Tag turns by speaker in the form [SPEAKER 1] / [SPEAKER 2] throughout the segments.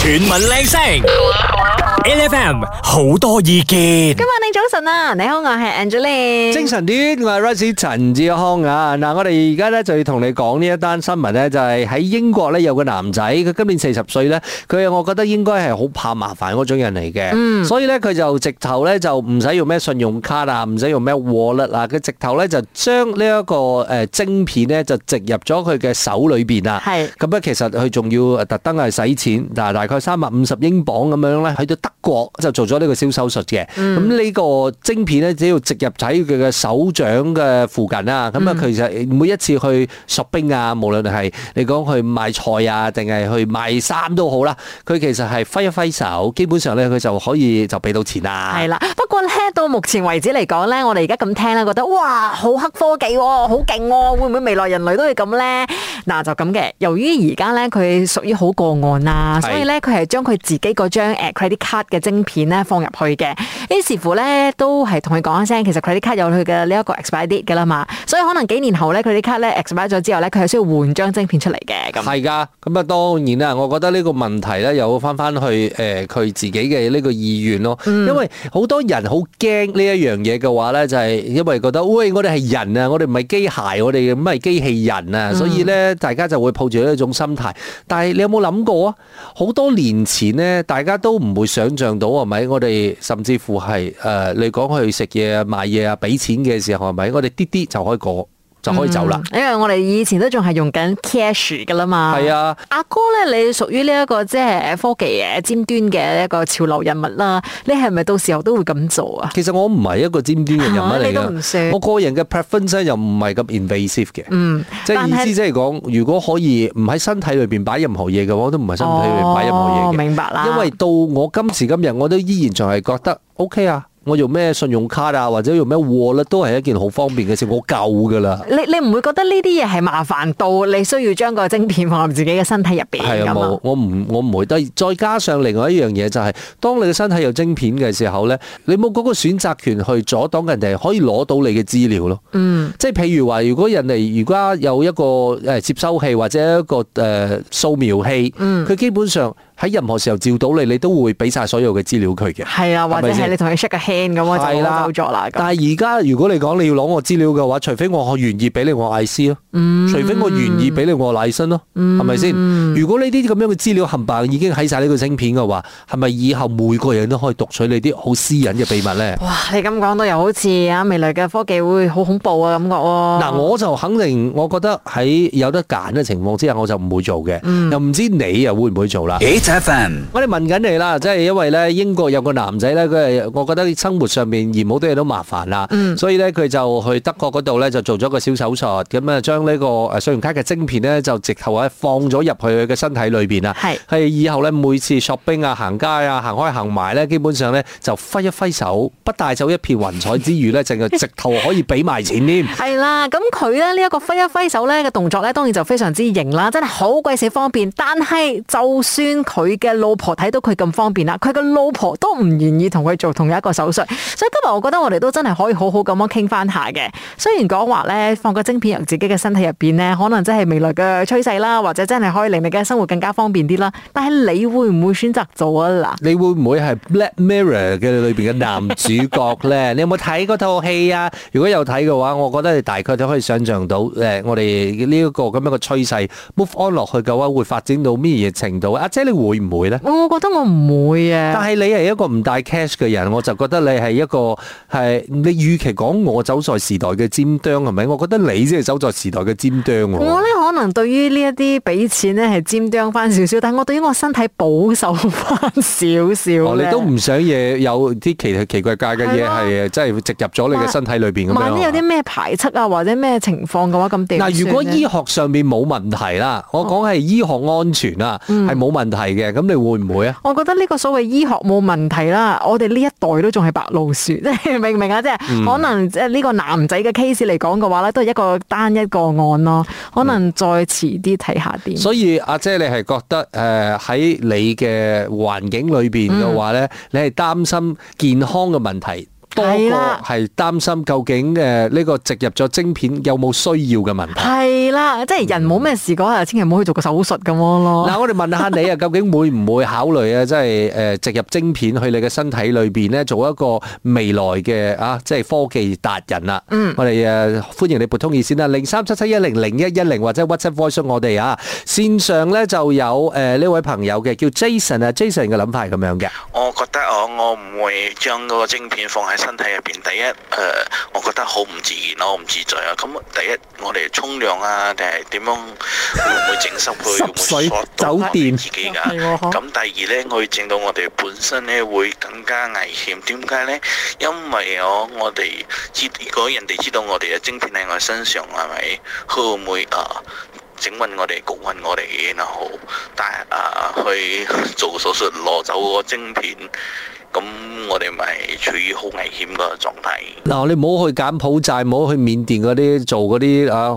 [SPEAKER 1] 全民靚聲，LFM 好多意見
[SPEAKER 2] 今。晚你早晨啊，你好，我係 Angeline。
[SPEAKER 3] 精神啲，我係 Rice 陳志康啊！嗱，我哋而家咧就要同你講呢一單新聞咧，就係喺英國咧有個男仔，佢今年四十歲咧，佢我覺得應該係好怕麻煩嗰種人嚟嘅，所以咧佢就直頭咧就唔使用咩信用卡啊，唔使用咩 wallet 啊，佢直頭咧就將呢一個誒晶片咧就植入咗佢嘅手裏邊啊！
[SPEAKER 2] 係
[SPEAKER 3] 咁咧，其實佢仲要呃特登係使錢，嗱大概三百五十英鎊咁樣咧，去到德國就做咗呢個小手術嘅。咁呢、個晶片咧，只要植入喺佢嘅手掌嘅附近啦。咁啊，其實每一次去 shopping 啊，無論係你講去買菜啊，定係去買衫都好啦，佢其實係揮一揮手，基本上咧佢就可以就俾到錢啦。
[SPEAKER 2] 係啦，不過咧到目前為止嚟講咧，我哋而家咁聽咧，覺得哇好黑科技喎、好勁喎，會唔會未來人類都會咁咧？嗱就咁嘅，由於而家咧佢屬於好個案啦，
[SPEAKER 3] 係
[SPEAKER 2] 所以咧佢係將佢自己嗰張誒 credit card 嘅晶片咧放入去嘅，於是乎咧都係同佢講一聲，其實 credit card 有佢嘅呢一個 expire date 噶啦嘛，所以可能幾年後咧 credit card 咧 expire 咗之後咧，佢係需要換張晶片出嚟嘅咁。
[SPEAKER 3] 係噶，咁啊當然啦，我覺得呢個問題咧又翻翻去誒佢、自己嘅呢個意願咯，因為好多人好驚呢一樣嘢嘅話咧，就係、因為覺得喂我哋係人啊，我哋唔係機械，我哋唔係機器人啊，所以咧大家就會抱住呢一種心態。但係你有冇諗過啊？好多年前咧，大家都唔會想像到係咪？我哋甚至乎係誒、呃你講去食嘢啊、買嘢啊、俾錢嘅時候係咪？我哋啲啲就可以過，就可以走啦。
[SPEAKER 2] 嗯因為我哋以前都仲係用緊 cash 噶啦嘛。
[SPEAKER 3] 係啊。
[SPEAKER 2] 阿哥咧，你屬於呢一個即係科技誒尖端嘅一個潮流人物啦，你係咪到時候都會咁做啊？
[SPEAKER 3] 其實我唔係一個尖端嘅人物
[SPEAKER 2] 嚇
[SPEAKER 3] 嚟
[SPEAKER 2] 你都唔
[SPEAKER 3] 㗎，
[SPEAKER 2] 算
[SPEAKER 3] 我個人嘅 preference 咧又唔係咁 invasive 嘅，
[SPEAKER 2] 嗯，
[SPEAKER 3] 即係
[SPEAKER 2] 但
[SPEAKER 3] 意思
[SPEAKER 2] 係
[SPEAKER 3] 即係講，如果可以唔喺身體裏邊擺任何嘢嘅話，我都唔喺身體裏邊擺任
[SPEAKER 2] 哦
[SPEAKER 3] 何嘢嘅，
[SPEAKER 2] 明白啦。
[SPEAKER 3] 因為到我今時今日，我都依然仲係覺得 OK 啊，我用咩信用卡啊，或者用咩 wallet 都係一件好方便嘅事，我夠㗎啦。
[SPEAKER 2] 你你唔會覺得呢啲嘢係麻煩到你需要將個晶片放入自己嘅身體入邊
[SPEAKER 3] 係啊，
[SPEAKER 2] 咁
[SPEAKER 3] 冇
[SPEAKER 2] 啊？
[SPEAKER 3] 我唔我唔會得。再加上另外一樣嘢就係、當你嘅身體有晶片嘅時候咧，你冇嗰個選擇權去阻擋人哋可以攞到你嘅資料咯。
[SPEAKER 2] 嗯，
[SPEAKER 3] 即係譬如話，如果人哋而家有一個呃誒接收器或者一個誒、呃、掃描器，佢、基本上喺任何時候照到你，你都會俾晒所有嘅資料佢嘅。
[SPEAKER 2] 係啊，或者
[SPEAKER 3] 係咪先
[SPEAKER 2] 係你同佢 shake 個 hand 咁我就
[SPEAKER 3] 係啦
[SPEAKER 2] 攞走咗啦。咁啊
[SPEAKER 3] 但係而家如果你講你要攞我資料嘅話，除非我願意俾你我 IC 咯，
[SPEAKER 2] 嗯
[SPEAKER 3] 除非我願意俾你我 license 咯，係咪先？如果呢啲咁樣嘅資料冚唪唥已經喺晒呢個晶片嘅話，係咪以後每個人都可以讀取你啲好私隱嘅秘密呢？
[SPEAKER 2] 哇，你咁講到又好似啊，未來嘅科技會好恐怖啊，感覺喎。
[SPEAKER 3] 嗱，我就肯定，我覺得喺有得揀嘅情況之下，我就唔會做嘅。
[SPEAKER 2] 嗯
[SPEAKER 3] 又唔知你又會唔會做啦？
[SPEAKER 1] 8FM
[SPEAKER 3] 我哋問緊你啦，即係因為咧英國有個男仔咧，佢係我覺得生活上面嫌好多嘢都麻煩啦，所以咧佢就去德國嗰度咧就做咗個小手術，咁啊將呢個誒信用卡嘅晶片咧就直頭啊放咗入去佢嘅身體裏邊啦，
[SPEAKER 2] 係
[SPEAKER 3] 係以後咧每次 shopping 啊、行街啊、行開行埋咧，基本上咧就揮一揮手，不帶走一片雲彩之餘咧，淨係直頭可以俾埋錢添。
[SPEAKER 2] 係啦，咁佢咧呢一個揮一揮手咧嘅動作咧，當然就非常之型啦，真係好鬼死方便。但係就算佢嘅老婆睇到佢咁方便啦，佢嘅老婆都唔願意同佢做同一個手術。所以今日我覺得我哋都真係可以好好咁樣傾翻下嘅。雖然講話咧放個晶片入自己嘅身體入邊咧，可能真係未來嘅趨勢啦，或者真係可以令你嘅生活更加方便啲啦。但係你會唔會選擇做啊嗱？
[SPEAKER 3] 你會唔會係 Black Mirror 嘅裏邊嘅男主角 咧？你有冇睇嗰套戲啊？如果有睇嘅話，我覺得你大概都可以想像到誒、我哋呢一個咁樣嘅趨勢 move on 落去嘅話，會發展到咩嘢程度？阿姐，你會唔會咧？
[SPEAKER 2] 我覺得我唔會啊。
[SPEAKER 3] 但係你係一個唔帶 cash 嘅人，我就覺得你係一個係你，與其講我走在時代嘅尖端係咪？我覺得你先係走在時代嘅尖端
[SPEAKER 2] 我
[SPEAKER 3] 喎。
[SPEAKER 2] 咧可能對於呢一啲俾錢咧係尖端翻少少，但我對於我身體保守翻少少
[SPEAKER 3] 哦，
[SPEAKER 2] 咧
[SPEAKER 3] 你都唔想嘢有啲奇奇怪怪嘅嘢係真係植入咗你嘅身體裏邊咁樣。
[SPEAKER 2] 萬一有
[SPEAKER 3] 係嘛
[SPEAKER 2] 啲咩排斥啊或者咩情況嘅話，咁點
[SPEAKER 3] 嗱，如果
[SPEAKER 2] 算呢哦
[SPEAKER 3] 醫學上面冇問題啦，我講係醫學安全啦，
[SPEAKER 2] 嗯
[SPEAKER 3] 係冇問題嘅，咁你會唔會啊？
[SPEAKER 2] 我覺得呢個所謂醫學冇問題啦，我哋呢一代都仲係白老鼠， 即係明唔明啊？即係可能即係呢個男仔嘅 case 嚟講嘅話咧，都係一個單一個案咯，可能再遲啲睇下點。
[SPEAKER 3] 所以阿姐，你係覺得誒喺你嘅環境裏邊嘅話咧，你係擔心健康嘅問題多
[SPEAKER 2] 嗯係
[SPEAKER 3] 過
[SPEAKER 2] 啦
[SPEAKER 3] 係擔心究竟誒呢個植入咗晶片有冇需要嘅問題。
[SPEAKER 2] 係啦，即係人冇咩事嗰下，千祈唔好去做個手術咁樣咯。
[SPEAKER 3] 嗱，我哋問下你啊，究竟會唔會考慮啊，即係誒植入晶片去你嘅身體裏邊咧，做一個未來嘅啊，即係科技達人啦。嗯，我哋誒歡迎你撥通熱線啦，零三七七一零零一一零或者 WhatsApp voice 我哋啊。線上咧就有誒呢位朋友嘅叫 Jason 啊，Jason 嘅諗法係咁樣嘅。
[SPEAKER 4] 我覺得我我唔會將嗰個晶片放喺身體入邊。第一，誒、我覺得好唔自然咯，我唔自在啊。咁第一，我哋沖涼啊，定係點樣會唔會整濕佢，會唔會
[SPEAKER 3] 濕水
[SPEAKER 4] short 到
[SPEAKER 3] 酒
[SPEAKER 4] 我哋
[SPEAKER 3] 店
[SPEAKER 4] 自己
[SPEAKER 2] 係喎
[SPEAKER 4] 㗎。
[SPEAKER 2] 呵
[SPEAKER 4] 咁第二呢，我會整到我哋本身呢會更加危險。點解呢？因為我我哋知，如果人哋知道我哋嘅晶片喺我身上，啊係咪佢會唔會啊？整暈我哋，焗暈我哋，然後但係啊去做手術攞走個晶片，咁我哋咪處於好危險嘅狀態。
[SPEAKER 3] 嗱，你唔好去柬埔寨，唔好去緬甸嗰啲做嗰啲啊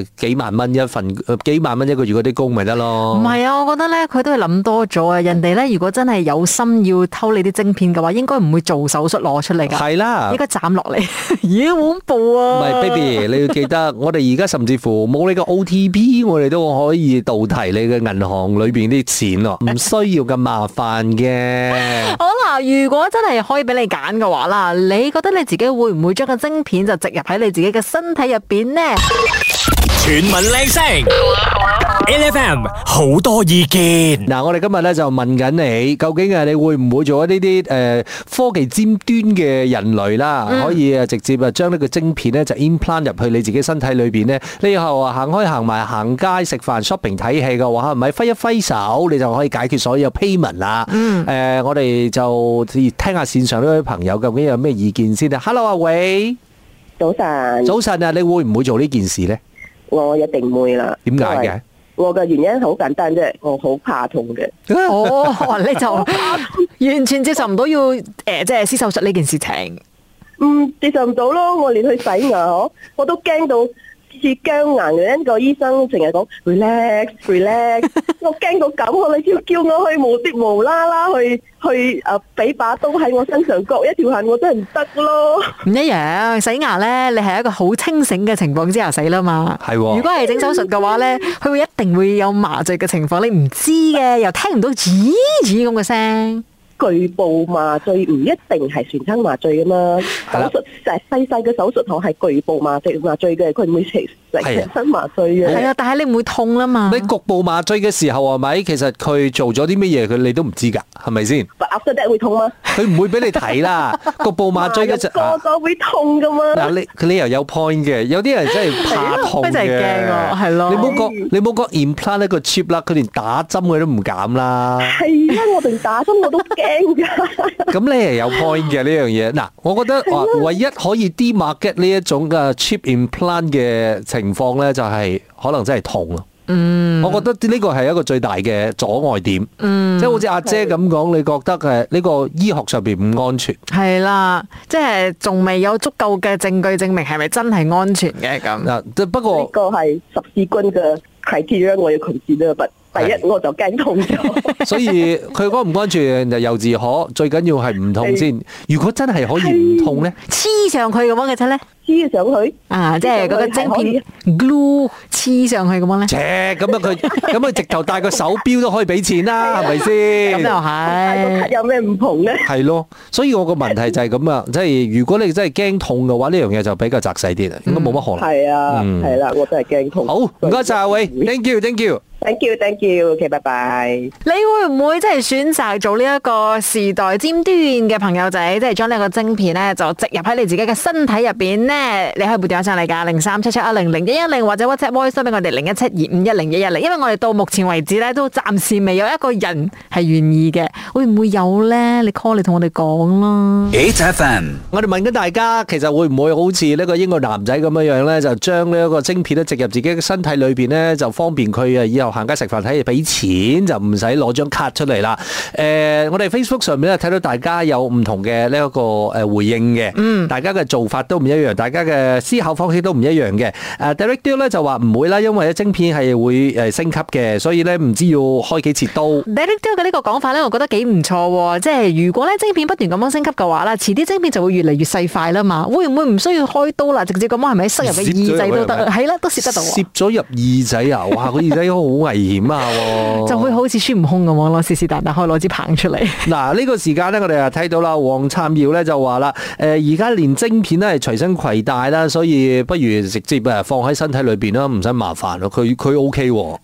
[SPEAKER 3] 誒幾萬蚊一份，呃幾萬蚊一個月嗰啲工咪得咯。
[SPEAKER 2] 唔係啊，我覺得咧佢都係諗多咗啊！人哋咧如果真係有心要偷你啲晶片嘅話，應該唔會做手術攞出嚟㗎，
[SPEAKER 3] 係啦
[SPEAKER 2] 應。該斬落嚟。 咦，好恐怖
[SPEAKER 3] 唔
[SPEAKER 2] 啊！
[SPEAKER 3] 係，baby，你要記得，我哋而家甚至乎冇你個 OTP，我哋都可以倒提你嘅銀行裏邊啲錢咯，唔需要咁麻煩嘅。
[SPEAKER 2] 好啦，如果真係可以俾你揀嘅話啦，你覺得你自己會唔會將個晶片就植入喺你自己嘅身體入邊 呢？
[SPEAKER 1] 全民靚聲，LFM 好多意見。
[SPEAKER 3] 嗱，我哋今日咧就問緊你，究竟誒你會唔會做一呢啲誒科技尖端嘅人類啦，可以誒直接誒將呢個晶片咧就 implant 入去你自己身體裏邊咧，你以後啊行開行埋行街食飯 shopping 睇戲嘅話，係咪揮一揮手你就可以解決所有 payment 啦？誒、我哋就聽下線上呢位朋友究竟有咩意見先啊！Hello，阿偉，
[SPEAKER 5] 早晨，
[SPEAKER 3] 早晨啊，你會唔會做呢件事呢？
[SPEAKER 5] 我一定會啦。
[SPEAKER 3] 點解
[SPEAKER 5] 因
[SPEAKER 3] 嘅
[SPEAKER 5] 為？我嘅原因好簡單啫，我好怕痛嘅。
[SPEAKER 2] 哦，你就完全接受唔到要诶，即係施手術呢件事情。
[SPEAKER 5] 嗯，接受唔到咯，我連去洗牙呵我都驚到似僵硬嘅。一個醫生成日講 relax relax，我驚到咁，我你叫叫我去無端無啦啦去去誒俾把刀喺我身上割一條痕，我真係唔得咯。
[SPEAKER 2] 唔一樣，洗牙咧，你係一個好清醒嘅情況之下洗啦嘛。
[SPEAKER 3] 係喎
[SPEAKER 2] 如果係整手術嘅話咧，佢會一定會有麻醉嘅情況，你唔知嘅，又聽唔到咦咦咁嘅聲。
[SPEAKER 5] 局部麻醉唔一定係全身麻醉噶嘛，手
[SPEAKER 3] 係啦
[SPEAKER 5] 術就係細細嘅手術我係局部麻醉麻醉嘅，佢唔會成
[SPEAKER 3] 係
[SPEAKER 5] 成
[SPEAKER 3] 啊
[SPEAKER 5] 全身麻醉嘅。
[SPEAKER 2] 係啊，但係你唔會痛啦嘛。
[SPEAKER 3] 你局部麻醉嘅時候係咪？其實佢做咗啲乜嘢，佢你都唔知㗎，係咪先？
[SPEAKER 5] But after that 會痛嗎？
[SPEAKER 3] 佢唔會俾你 睇啦，局部麻醉嘅就
[SPEAKER 5] 個
[SPEAKER 3] 嗱
[SPEAKER 5] 個會痛噶嘛。
[SPEAKER 3] 啊你佢你又有 point 嘅，有啲人真係怕痛
[SPEAKER 2] 佢就係
[SPEAKER 3] 嘅，
[SPEAKER 2] 驚喎係咯
[SPEAKER 3] 你冇講你冇講 implant 一個 chip 啦，佢連打針佢都唔 敢啦。
[SPEAKER 5] 係啊，我連打針我都驚 㗎。
[SPEAKER 3] 咁你係有 point 嘅呢樣嘢。嗱，我覺得話唯一可以 demarket 呢一種嘅 chip implant 嘅情況咧，就係可能真係痛咯。嗯，我覺得呢個係一個最大嘅阻礙點。嗯，即係好似阿姐咁講，你覺得誒呢個醫學上邊唔安全？
[SPEAKER 2] 係啦，即係仲未有足夠嘅證據證明係咪真係安全嘅咁。
[SPEAKER 3] 嗱，即不過
[SPEAKER 5] 呢。個係十字軍嘅 criteria，我要 consider。But 第
[SPEAKER 3] 係
[SPEAKER 5] 一我就驚痛 咗。
[SPEAKER 3] 所以佢安唔安全就由自可，最緊要係唔痛先。如果真係可以唔痛咧，
[SPEAKER 2] 黐上去咁樣嘅啫咧，
[SPEAKER 5] 黐上去，
[SPEAKER 2] 啊，即係嗰個晶
[SPEAKER 5] 係可以
[SPEAKER 2] 片 glue 黐上去咁樣咧，
[SPEAKER 3] 切咁 樣佢咁佢直頭戴個手錶都可以俾錢啦，係啊咪
[SPEAKER 2] 咁又
[SPEAKER 3] 先？
[SPEAKER 5] 泰國
[SPEAKER 2] 係。
[SPEAKER 5] 有咩唔同咧？
[SPEAKER 3] 係咯，所以我個問題就係咁啊，即 係如果你真係驚痛嘅話，呢樣嘢就比較窄細啲啦，應該冇乜可能。
[SPEAKER 5] 係啊，
[SPEAKER 3] 嗯
[SPEAKER 5] 係啦，我真係驚痛。
[SPEAKER 3] 好，唔該晒阿偉，thank you，thank you。
[SPEAKER 5] Thank you，thank you，OK，拜拜。
[SPEAKER 2] 你會唔會即係選擇做呢一個時代尖端嘅朋友仔，即係將呢個晶片咧就植入喺你自己嘅身體入邊呢？你可以撥電話上嚟㗎，零三七七一零零一一零或者 WhatsApp voice 俾我哋零一七二五一零一一零，因為我哋到目前為止咧都暫時未有一個人係願意嘅，會唔會有呢？你 call 你同我哋講啦。
[SPEAKER 1] 8FM
[SPEAKER 3] 我哋問緊大家，其實會唔會好似呢個英國男仔咁樣樣咧，就將呢一個晶片咧植入自己嘅身體裏邊咧，就方便佢啊以後行街食飯睇嘢俾錢，就唔使攞張卡出嚟啦。誒、我哋 Facebook 上面咧睇到大家有唔同嘅呢一個誒回應嘅，嗯，大家嘅做法都唔一樣，大家嘅思考方式都唔一樣嘅。誒 Derek d e a l 咧就話唔會啦，因為咧晶片係會誒升級嘅，所以咧唔知要開幾次刀。
[SPEAKER 2] Derek d 嘅呢個講法咧，我覺得幾唔錯喎。即係如果咧晶片不斷咁樣升級嘅話啦，遲啲晶片就會越嚟越細塊啦嘛。會唔會唔需要開刀啦？直接咁樣係咪塞入個耳仔都
[SPEAKER 3] 攝咗入
[SPEAKER 2] 得？
[SPEAKER 3] 去
[SPEAKER 2] 係啦，都 攝得到喎。啊
[SPEAKER 3] 攝咗入耳仔啊！哇，個耳仔好危 險啊！喎
[SPEAKER 2] 就會好似孫悟空咁樣咯，是是但但可以攞支棒出 嚟。
[SPEAKER 3] 嗱，呢個時間咧，我哋啊睇到啦，黃灿耀咧就話啦，誒而家連晶片咧係隨身攜帶啦，所以不如直接誒放喺身體裏邊啦，唔使麻煩咯。佢佢 O K 喎，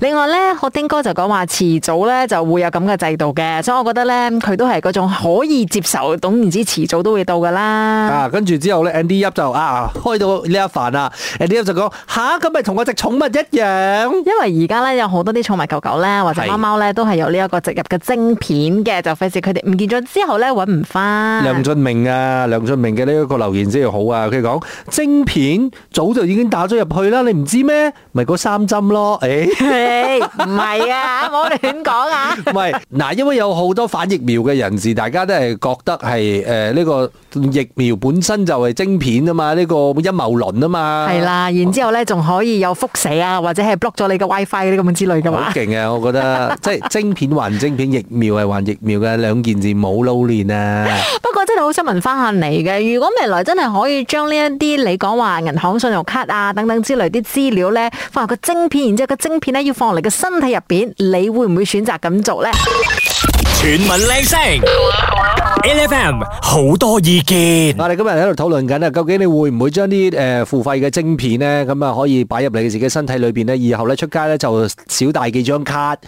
[SPEAKER 2] 另外咧，學丁哥就講話遲早咧就會有咁嘅制度嘅，所以我覺得咧佢都係嗰種可以接受，總言之遲早都會到噶啦。
[SPEAKER 3] 啊，跟住之後咧，Andy Up 就啊開到呢一飯啦，Andy Up 就講吓，咁咪同我隻寵物一樣。
[SPEAKER 2] 因為而家咧有好多啲寵物狗狗咧或者
[SPEAKER 3] 係
[SPEAKER 2] 貓貓咧都係有呢一個植入嘅晶片嘅，就費事佢哋唔見咗之後咧揾唔翻。
[SPEAKER 3] 梁俊明啊，梁俊明嘅呢一個留言真係好啊！佢講晶片早就已經打咗入去啦，你唔知咩？咪嗰三針咯，誒、
[SPEAKER 2] 嘿唔係啊，唔好亂講啊。
[SPEAKER 3] 唔係嗱，因為有好多反疫苗嘅人士，大家都係覺得係誒呢個疫苗本身就係晶片啊嘛，呢、個陰謀論啊嘛，
[SPEAKER 2] 係，啦，然之後咧仲可以有輻射啊，或者係 block 咗你嘅 WiFi 嗰啲咁之類噶
[SPEAKER 3] 好
[SPEAKER 2] 嘛。
[SPEAKER 3] 勁啊！我覺得即係晶片還晶片，疫苗係還疫苗嘅，兩件事冇撈亂啊！
[SPEAKER 2] 不過真係好想問翻下你嘅，如果未來真係可以將呢一啲你講話銀行信用卡啊等等之類啲資料咧，放入個晶片，然之後個晶片咧要放落你嘅身體入邊，你會唔會選擇咁做咧？
[SPEAKER 1] 全民靚聲，L F M 好多意見。
[SPEAKER 3] 我哋今日喺度討論緊啊，究竟你會唔會將啲誒付費嘅晶片咧，咁啊可以擺入你自己身體裏邊咧，以後咧出街咧就少帶幾張卡、啊，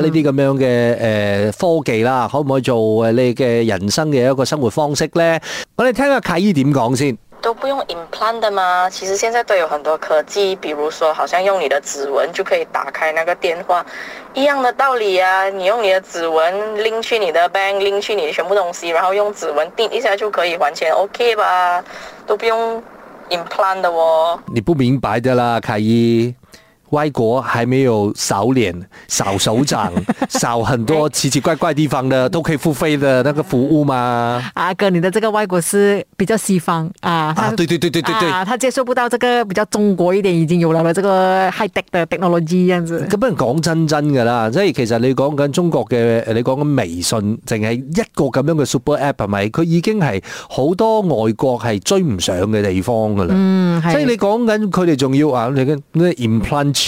[SPEAKER 3] 呢啲咁樣嘅誒、呃科技啦，可唔可以做誒你嘅人生嘅一個生活方式咧？我哋聽下啟姨點講先。
[SPEAKER 6] 都不用 implant 的吗？其实现在都有很多科技，比如说好像用你的指纹就可以打开那个电话，一样的道理啊。你用你的指纹拎去你的 bank，拎去你的全部东西，然后用指纹定一下就可以还钱，OK 吧？都不用 implant 的哦。
[SPEAKER 3] 你不明白的啦，凯伊。外国还没有扫脸、扫手掌、扫很多奇奇怪怪地方的都可以付费的那个服务吗？
[SPEAKER 2] 啊，哥，你的这个外国是比較西方啊，他
[SPEAKER 3] 啊，对对对对对对，
[SPEAKER 2] 啊，他接受不到這個比較中國一點已經有了這個 high tech 的 technology 這樣子。
[SPEAKER 3] 咁不如講真真㗎啦，即係其實你講緊中國嘅，你講緊微信，淨係一個咁樣嘅 super app 係咪？佢已經係好多外國係追唔上嘅地方㗎啦。
[SPEAKER 2] 嗯，
[SPEAKER 3] 即係
[SPEAKER 2] 係
[SPEAKER 3] 你講緊佢哋仲要啊，你嘅咩 implant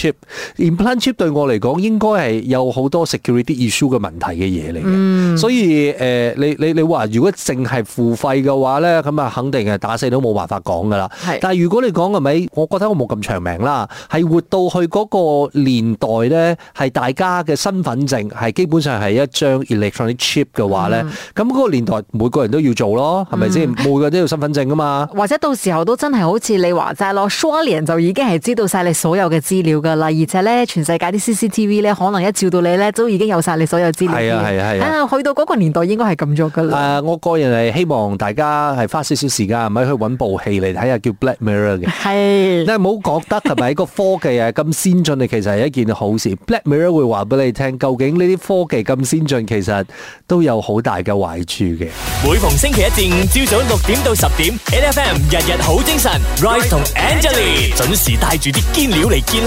[SPEAKER 3] chip，implant chip 對我嚟講應該係有好多 security issue 嘅問題嘅嘢嚟嘅。所以誒、呃你你你話如果淨係付費嘅話咧，咁啊肯定係打死都冇辦法講噶啦
[SPEAKER 2] 係。
[SPEAKER 3] 但係如果你講係咪，我覺得我冇咁長命啦，係活到去嗰個年代咧，係大家嘅身份證係基本上係一張 electronic chip 嘅話咧，咁嗰、個年代每個人都要做咯，係咪先？每個人都要身份證噶嘛。
[SPEAKER 2] 或者到時候都真係好似你話齋咯，刷臉就已經係知道晒你所有嘅資料噶啦，而且咧全世界啲 CCTV 咧可能一照到你咧都已經有晒你所有資料。
[SPEAKER 3] 係啊係啊係啊啊
[SPEAKER 2] 去到嗰個年代應該係咁咗噶
[SPEAKER 3] 誒、
[SPEAKER 2] 啦。
[SPEAKER 3] 我個人係希望大家係花少少時間，係咪去揾部戲嚟睇下叫《Black Mirror》嘅。
[SPEAKER 2] 係
[SPEAKER 3] 你唔好覺得係咪個科技係咁先進？你其實係一件好事。Black Mirror 會話俾你聽，究竟呢啲科技咁先進，其實都有好大嘅壞處嘅。
[SPEAKER 1] 每逢星期一至五朝早六點到十點，L F M 日日好精神，Rise 同 Angelie 準時帶住啲堅料嚟健